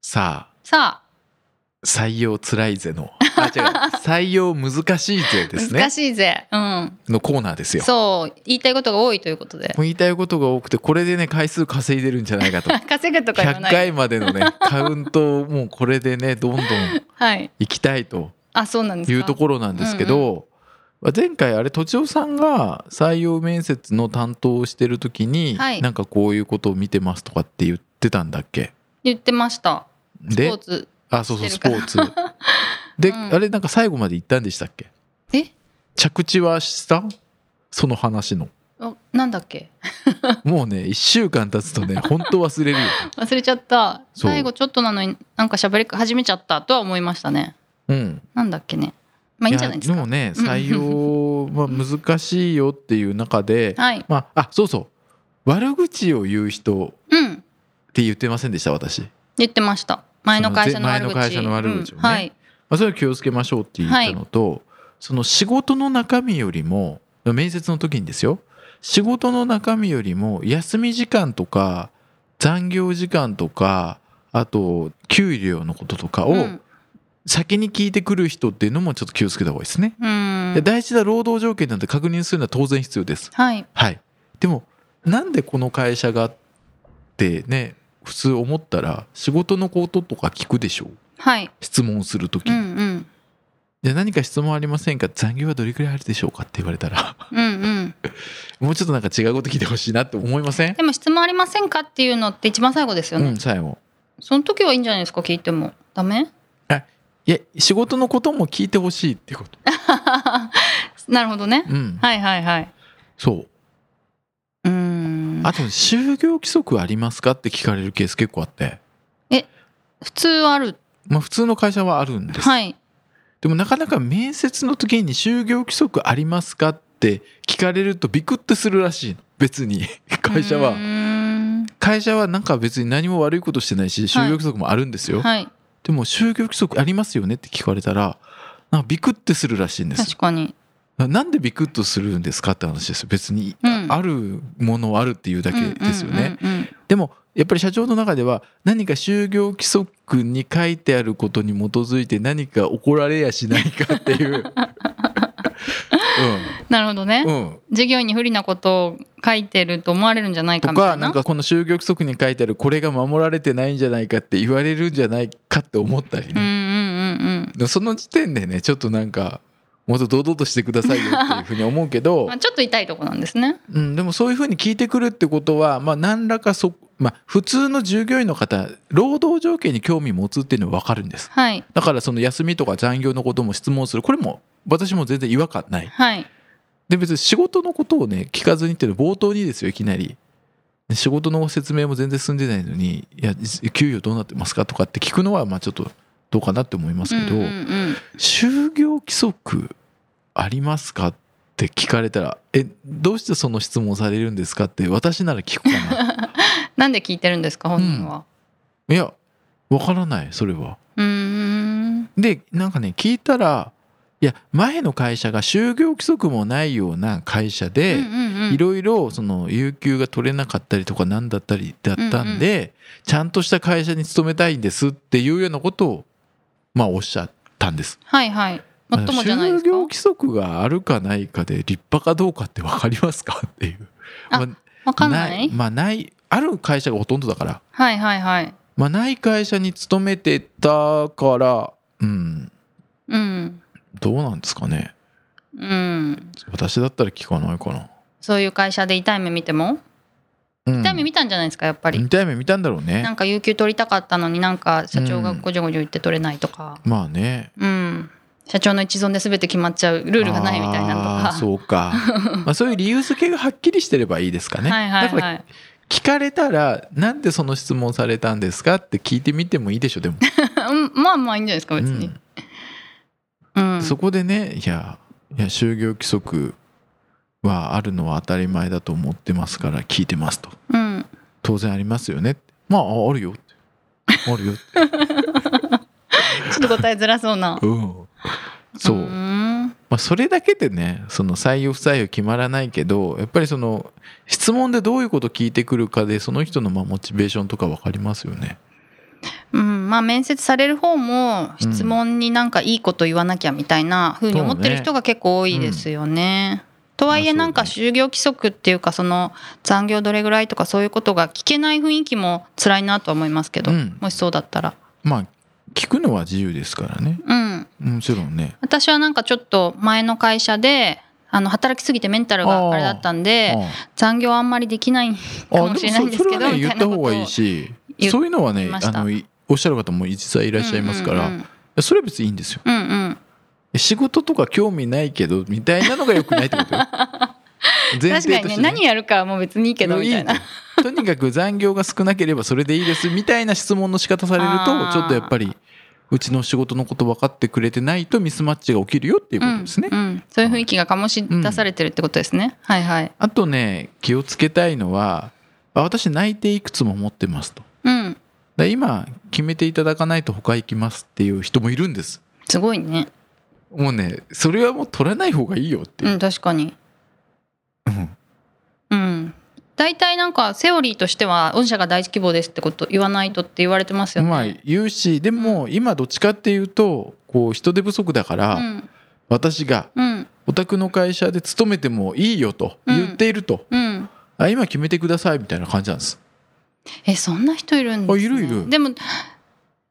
さあさあ採用つらいぜのあ 違う採用難しいぜですね難しいぜ、うんのコーナーですよそう言いたいことが多いということでもう言いたいことが多くてこれでね回数稼いでるんじゃない かと稼ぐとか言わ100ない回までのね カウントをもうこれでねどんどんはい行きたいとあそうなんですかいうところなんですけど、前回あれとちおさんが採用面接の担当をしてる時に、はいなんかこういうことを見てますとかって言ってたんだっけ言ってましたスでポーツあそうそうしスてポるーツで、うんあれなんか最後まで行ったんでしたっけえ着地はしたその話のおなんだっけ もうね1週間経つとね本当忘れ るよね、忘れちゃったそう最後ちょっとなのになんか喋り始めちゃったとは思いましたねうん、なんだっけねまあいいんじゃないですかやでもねうん採用は難しいよっていう中 で、はいまああそうそう悪口を言う人うんって言ってませんでした私、ま言ってました前の会社の悪口前の会社の悪口をねうんはいあ、それは気をつけましょうって言ったのと、その仕事の中身よりも面接の時にですよ仕事の中身よりも休み時間とか残業時間とかあと給料のこととかうをん先に聞いてくる人っていうのもちょっと気をつけた方がいいですね、うんで大事な労働条件なんて確認するのは当然必要ですはいはい。でも、なんでこの会社がってね、普通思ったら、仕事のこととか聞くでしょうはい質問するとき。うんで、うん何か質問ありませんか残業はどれくらいあるでしょうかって言われたら、 うんうんもうちょっとなんか違うこと聞いてほしいなって思いませんでも質問ありませんかっていうのって一番最後ですようね、ん、最後。その時はいいんじゃないですか聞いてもダメ いや、仕事のことも聞いてほしいっ てこと。なるほどねうん。はいはいはいそう。うーんあと、就業規則ありますかって聞かれるケース結構あって。普通あるまあ、普通の会社はあるんです。はいでもなかなか面接の時に就業規則ありますかって聞かれるとビクッとするらしいの別に 会社うーはん会社はなんか別に何も悪いことしてないし就業規則もあるんですよ、はいでも就業規則ありますよねって聞かれたらなんかビクッてするらしいんです確かにななんでビクッとするんですかって話ですよ別に、うんあるものはあるっていうだけですよね、うんうんうんうんでもやっぱり社長の中では何か就業規則に書いてあることに基づいて何か怒られやしないかっていう なるほどね、うんうん従業員に不利なことを書いてると思われるんじゃないかとみたかいななんかこの就業規則に書いてあるこれが守られてないんじゃないかって言われるんじゃないかって思ったりうんうんね、うんその時点でねちょっとなんかもっと堂々としてくださいよっていうふうに思うけうん、ど まあ、、ちょっと痛いとこなんですねうん、でもそういうふうに聞いてくるってことは、まあ、何らかそ、まあ、普通の従業員の方労働条件に興味持つっていうのは分かるんです。はいだからその休みとか残業のことも質問するこれも私も全然違和感ないはいで別に仕事のことをね聞かずにっていうのは冒頭にですよいきなりで仕事の説明も全然進んでないのに「いや給与どうなってますか?」とかって聞くのはまあちょっとどうかなって思いますけど、うんうんうん就業規則ありますかって聞かれたら「えどうしてその質問されるんですか?」って私なら聞くか ななんで聞いてるんですか本人は、いやわからないそれはうーんでなんかね聞いたらいや前の会社が就業規則もないような会社でうんうんうんいろいろその有給が取れなかったりとかなんだったりだったんで、ちゃんとした会社に勤めたいんですっていうようなことをまあおっしゃったんです。はいはいもっともじゃないです就か業規則があるかないかで立派かどうかって分かりますかっていう。あわまあかんないまあないある会社がほとんどだからはいはいはいまあない会社に勤めてたからうんうんどうなんですかね。うん私だったら聞かないかな。そういう会社で痛い目見てもうん痛い目見たんじゃないですかやっぱり、見たい目見たんだろうなね。んか有給取りたかったのになんか社長がうんごじょごじょ言って取れないとかまあね。うん、社長の一存で全て決まっちゃうルールがないみたいなのとあか ーそうか。まあそういう理由付けがはっきりしてればいいですかね。はいはいだかはらい聞かれたらなんでその質問されたんですかって聞いてみてもいいでしょでも、うんまあまあいいんじゃないですか別に、うんそこでねいやいや就業規則はあるのは当たり前だと思ってますから聞いてますとうん当然ありますよねまあある よってあるよってちょっと答えづらそうなうん そう、ーんまあ、それだけでねその採用不採用決まらないけどやっぱりその質問でどういうこと聞いてくるかでその人のまあモチベーションとか分かりますよね。うんまあ面接される方も質問になんかいいこと言わなきゃみたいな風に思ってる人が結構多いですよね。とはいえまあなそうんだかね就業規則っていうかその残業どれぐらいとかそういうことが聞けない雰囲気も辛いなとは思いますけど、うんもしそうだったら。まあ聞くのは自由ですからねうん、もちろんね。私はなんかちょっと前の会社であの働きすぎてメンタルがあれだったんであ残業あんまりできないあかもしれないんですけどでもそそれはねみた言いっなたこと方をがいいし言そういうのはね言いましあたのいおっしゃる方も実際いらっしゃいますから、うんそれは別にいいんですよ。うんうんうん仕事とか興味ないけどみたいなのが良くないっ てことよ前確か提にとしねてね何やるかはもう別にいいけどみたいなうんととにかく残業が少なければそれでいいですみたいな質問の仕方されるあーとちょっとやっぱりうちの仕事のこと分かってくれてないとミスマッチが起きるよっていうことですね。うんうん、そういう雰囲気が醸し出されてるってことですね、はいはいあとね気をつけたいのはあ私内定いくつも持ってますと。うんで今決めていただかないと他行きますっていう人もいるんです。すごいねもうねそれはもう取らない方がいいよっていうう。ん確かにうんうん大体なんかセオリーとしては御社が第一希望ですってこと言わないとって言われてますよね、まあ言うしでも今どっちかっていうとこう人手不足だから、うん私がうんお宅の会社で勤めてもいいよとうん言っていると、うんあ今決めてくださいみたいな感じなんですえそんな人いるんです、ね、あいるいるでも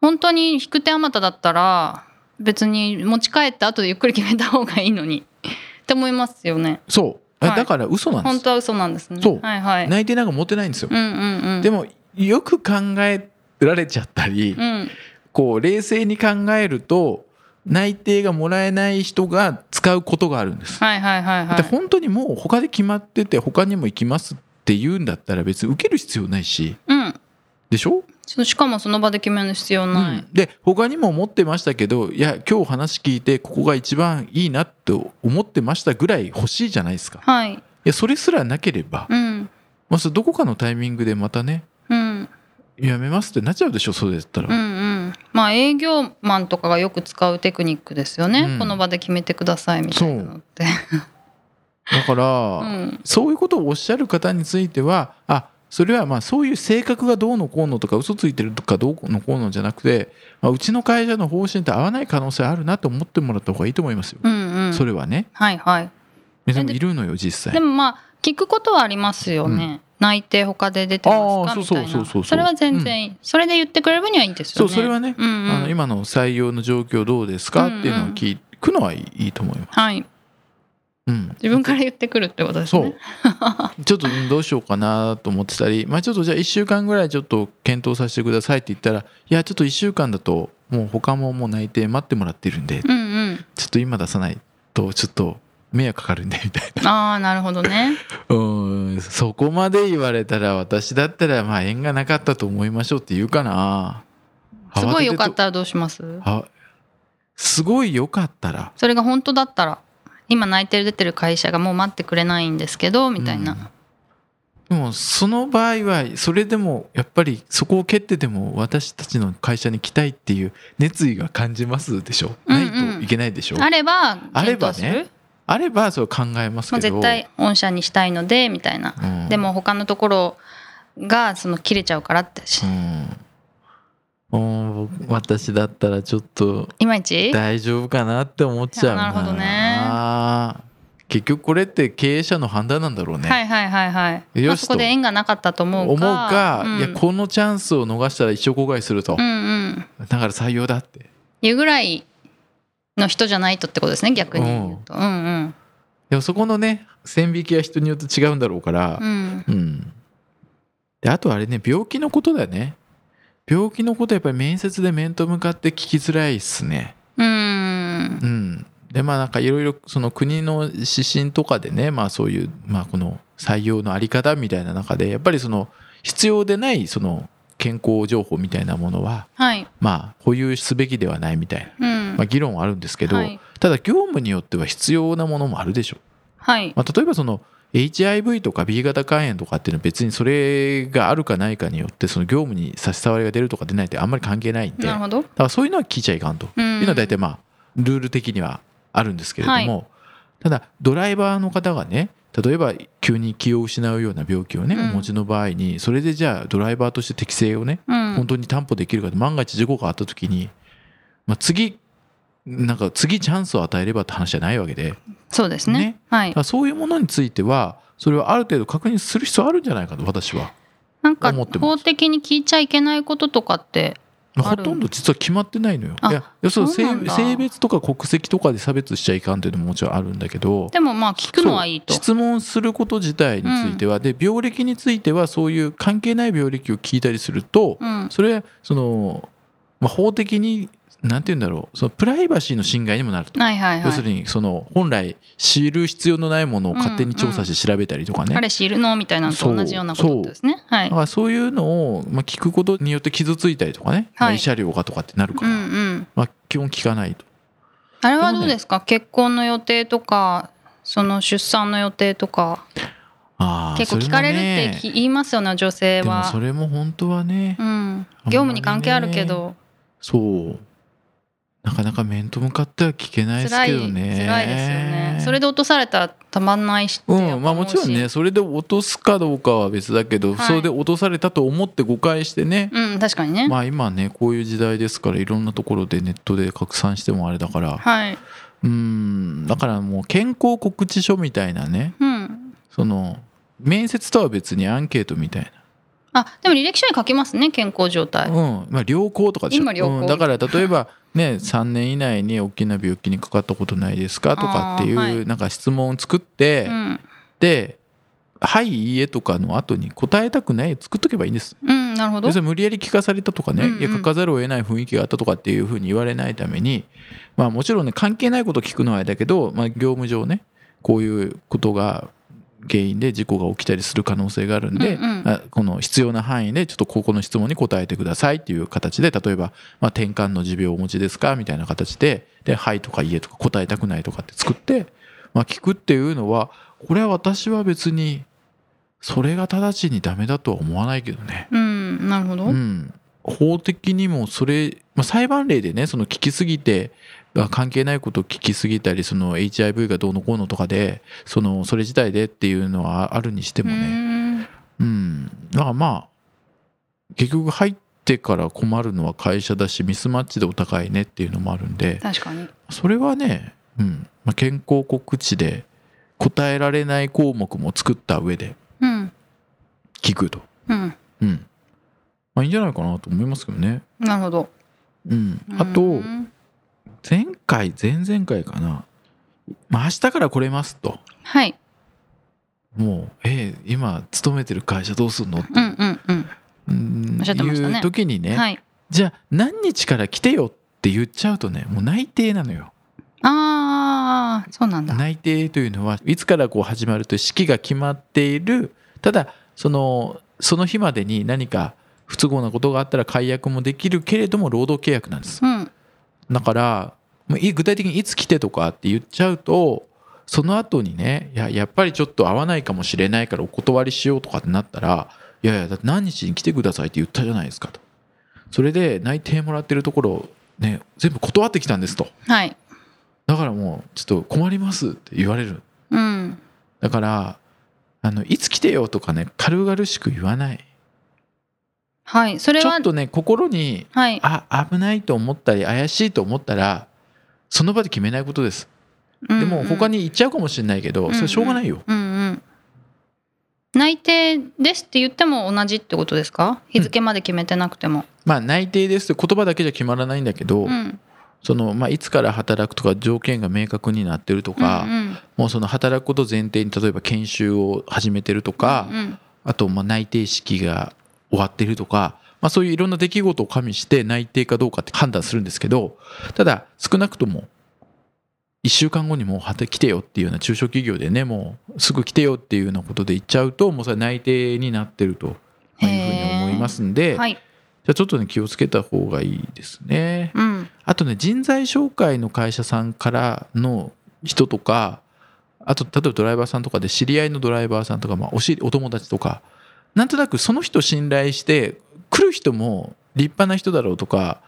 本当に引く手あまただったら別に持ち帰った後でゆっくり決めた方がいいのにって思いますよねそう、あはいだから嘘なんで本す当は嘘なんですねそうはいはい内定なんか持ってないんですよ、うんうんうんでももよく考えられちゃったり、うんこう冷静に考えると内定がもらえない人が使うことがあるんです、はいはいはいはだっいて本当にもう他で決まってて他にも行きますって言うんだったら別に受ける必要ないしうんでしょ、そうしかもその場で決める必要ない、うん、で他にも持ってましたけどいや今日話聞いてここが一番いいなと思ってましたぐらい欲しいじゃないですかいはいやそれすらなければ、うんまあ、それどこかのタイミングでまたねうんやめますってなっちゃうでしょそれだったら、うんうんまあ営業マンとかがよく使うテクニックですよね、うんこの場で決めてくださいみたいなのってだから、うんそういうことをおっしゃる方についてはあそれはまあそういう性格がどうのこうのとか嘘ついてるとかどうのこうのじゃなくて、まあ、うちの会社の方針と合わない可能性あるなと思ってもらった方がいいと思いますよ、うんうんそれはねはいはいでもいるのよ実で際もまあ聞くことはありますよね、う内定他で出てますあかーみたそういそうそうそうそうなそれは全然いい、それで言ってくれる分にはいいんですよそうねそれはね、うんうんあの今の採用の状況どうですかっていうのを聞くのはいいと思います。はいうん、自分から言ってくるってことですそ ねうちょっとどうしようかなと思ってたり、まあ、ちょっとじゃあ1週間ぐらいちょっと検討させてくださいって言ったらいやちょっと1週間だともう他ももう内定待ってもらってるんでうんうんちょっと今出さないとちょっと迷惑かかるんでみたいなああなるほどね うーんそこまで言われたら私だったらまあ縁がなかったと思いましょうって言うかなすごい良よかったらどうしますあすごい良かったらそれが本当だったら今泣いてる出てる会社がもう待ってくれないんですけどみたいな、うんでもその場合はそれでもやっぱりそこを蹴ってでも私たちの会社に来たいっていう熱意が感じますでしょ、うんうんないといけないでしょあればあれ検ばね討するあればそれ考えますもうけど絶対御社にしたいのでみたいな、うんでも他のところがその切れちゃうからってしうん、うん私だったらちょっといまいち大丈夫かなって思っちゃあうなるほどね結局これって経営者の判断なんだろうね、はいはいはいはい、まよあ、しとそこで縁がなかったと思うか思うか、うん、いやこのチャンスを逃したら一生後悔すると、うんうんだから採用だっていうぐらいの人じゃないとってことですね逆に言うとうんうんでもそこのね線引きは人によって違うんだろうからうんうん、であとあれね病気のことだね病気のことはやっぱり面接で面と向かって聞きづらいっすねうんうんででまあなんかいろいろその国の指針とかでねまあそういう、まあ、この採用のあり方みたいな中でやっぱりその必要でないその健康情報みたいなものは、はい。まあ、保有すべきではないみたいな、うんまあ、議論はあるんですけど、はいただ業務によっては必要なものもあるでしょう。はい。まあ、例えばその HIV とか B 型肝炎とかっていうのは別にそれがあるかないかによってその業務に差し障りが出るとか出ないってあんまり関係ないんでなるだかほど。らそういうのは聞いちゃいかんとうんいうのは大体まあルール的にはあるんですけれども、はただドライバーの方がね例えば急に気を失うような病気をね、うんお持ちの場合にそれでじゃあドライバーとして適性をねうん。本当に担保できるかと万が一事故があった時に、まあ、次なんか次チャンスを与えればって話じゃないわけで。そうですね。ねはだいか。らそういうものについてはそれはある程度確認する必要あるんじゃないかと私は、なんか思ってま法す的に聞いちゃいけないこととかって、まああほるとんど実は決まってないのよあいや要するにそうなん性だ性別とか国籍とかで差別しちゃいかんっていうのももちろんあるんだけどでもまあ聞くのはいいと。質問すること自体については、で病歴についてはそういう関係ない病歴を聞いたりすると、うん。それはその、まあ、法的に何て言うんだろうそのプライバシーの侵害にもなると、はいはい要はすい。るにその本来知る必要のないものを勝手に調査して調べたりとかね、彼氏いるのみたいなのと同じようなことですね。はいだか。らそういうのを、まあ、聞くことによって傷ついたりとかね、はいまあ慰謝料がとかってなるかうんら、うん。まあ、基本聞かないと。あれはどうですか結婚の予定とか、その出産の予定とか、あー結構聞かれるそもっねてき言いますよね、女性でもはそ。れも本当はね、うん。りね業務に関係あるけど、そうなかなか面と向かっては聞けないです辛けい、どね。辛いですよね。それで落とされたらたまんないしってうやっぱ思うし。んまあ、もちろんねそれで落とすかどうかは別だけど、はいそれで落とされたと思って誤解してね、うん、確かにね。まあ今ねこういう時代ですからいろんなところでネットで拡散してもあれだから、はい。うんだからもう健康告知書みたいなねうん。その面接とは別にアンケートみたいあ、でも履歴書に書きますね、健康状な、態。うんまあ、良好とかでしょ今良好うん、だから例えばね3年以内に大きな病気にかかったことないですかとかっていあーはうなんか質問を作って、うん。で「はいいいえ」とかの後に答えたくない作っとけばいいんです。うん、なるほど要す。るに無理やり聞かされたとかね、うんうんいや書かざるを得ない雰囲気があったとかっていうふうに言われないためにまあもちろんね関係ないこと聞くのはあれだけど、まあ、業務上ねこういうことが原因で事故が起きたりする可能性があるんで、うんうんあこの必要な範囲でちょっとここの質問に答えてくださいっていう形で例えば、まあ、転換の持病をお持ちですかみたいな形で「ではい」とか「いいえ」とか答えたくないとかって作って、まあ、聞くっていうのはこれは私は別にそれが直ちにダメだとは思わないけどね。うん、なるほど。う、うんん、法的にもそれ、まあ、裁判例でねその聞きすぎてあ関係ないことを聞きすぎたりその HIV がどうのこうのとかでそのそれ自体でっていうのはあるにしてもねうんだからまあ結局入ってから困るのは会社だしミスマッチでお高いねっていうのもあるんで確かに。それはね、うんまあ、健康告知で答えられない項目も作った上でうん、聞くと、うん、うんまあ、いいんじゃないかなと思いますけどね。なるほど。うん、あと、うん前回前々回かな、まあ、明日から来れますとはい。もう「えー今勤めてる会社どうすんの?」ってうん、うん、うん。うんおっしゃってましたねいう時にね、はい。じゃあ何日から来てよって言っちゃうとねもう内定なのよああ、そうなんだ。内定というのはいつからこう始まるという式が決まっているただそのその日までに何か不都合なことがあったら解約もできるけれども労働契約なんですうん、だからもうい具体的にいつ来てとかって言っちゃうとその後にねいややっぱりちょっと合わないかもしれないからお断りしようとかってなったらいやいやだって何日に来てくださいって言ったじゃないですかとそれで内定もらってるところね全部断ってきたんですとはい。だからもうちょっと困りますって言われるうん、だからあのいつ来てよとかね軽々しく言わないはい。それちょはっ、とね心にはい。あ危ないと思ったり怪しいと思ったらその場で決めないことですでも他に。に行っちゃうかもしれないけど、うんそれしょうがないよ。うん、うん。内定ですって言っても同じってことですか日付まで決めてなくても。まあ内定ですって言葉だけじゃ決まらないんだけど、うん。そのまあいつから働くとか条件が明確になってるとか、うんうんもうその働くことを前提に例えば研修を始めてるとか、うんあとまあ内定式が終わってるとか、まあそういういろんな出来事を加味して内定かどうかって判断するんですけど、ただ少なくとも1週間後にもう来てよっていうような中小企業でねもうすぐ来てよっていうようなことで行っちゃうともうそれ内定になってるというふうに思いますんで、はい、じゃあちょっとね気をつけた方がいいですね。うん、あとね人材紹介の会社さんからの人とかあと例えばドライバーさんとかで知り合いのドライバーさんとか、まあ、おしお友達とかなんとなくその人信頼して来る人も立派な人だろうとか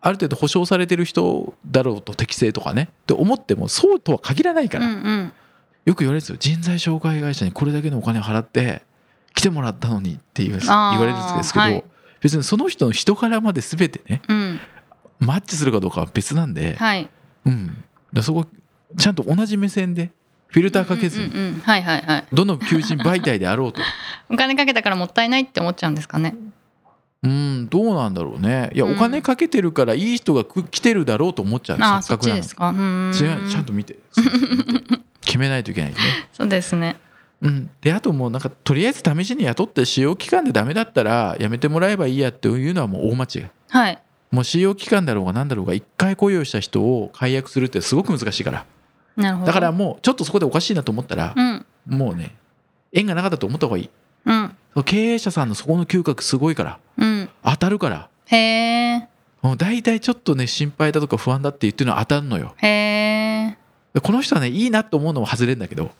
ある程度保証されてる人だろうと適正とかねって思ってもそうとは限らないかうん、うら、ん、よく言われるんですよ人材紹介会社にこれだけのお金払って来てもらったのにって言わ言あーわれるんですけど、はい別にその人の人柄まで全てねうん、マッチするかどうかは別なんで、はい。うん、だからそこはちゃんと同じ目線でフィルターかけずに、うん、うんうん、はい、はい、はい。どの求人媒体であろうとお金かけたからもったいないって思っちゃうんですかね。うんどうなんだろうねいや、うんお金かけてるからいい人がく来てるだろうと思っちゃうああ、そ錯っ覚ちなのですか。うん、違うちゃんと見てそうそうそう見て決めないといけないですね。そうですね。うん、であともうなんかとりあえず試しに雇って使用期間でダメだったらやめてもらえばいいやっていうのはもう大間違いはい。もう使用期間だろうが何だろうが一回雇用した人を解約するってすごく難しいからなるほど。だから、もうちょっとそこでおかしいなと思ったらう、ん、もうね縁がなかったと思った方がいいうん、その経営者さんのそこの嗅覚すごいからうん。当たるからへえ、もう大体ちょっとね心配だとか不安だって言ってるのは当たるのよへえ。でこの人はねいいなと思うのも外れんだけど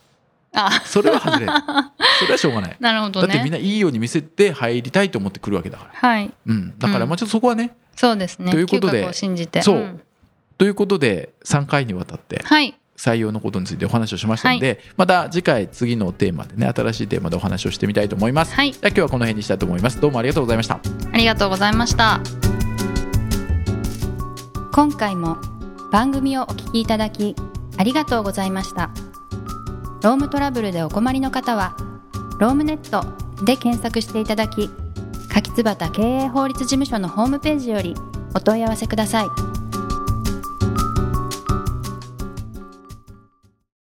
あ、それは外れ んそれはしょうがないなるほだどってみんね。ないいように見せて入りたいと思ってくるわけだからはい。うん、だからまあちょっとそこはね、そうですね。ということで嗅覚を信じて。そうんということで3回にわたってはい。採用のことについてお話をしましたので、また次回次のテーマでね新しいテーマでお話をしてみたいと思います、はいじゃあ今日はこの辺にしたいと思いますどうもありがとうございましたありがとうございました。今回も番組をお聞きいただきありがとうございましたロームトラブルでお困りの方は「ロームネット」で検索していただき柿椿経営法律事務所のホームページよりお問い合わせください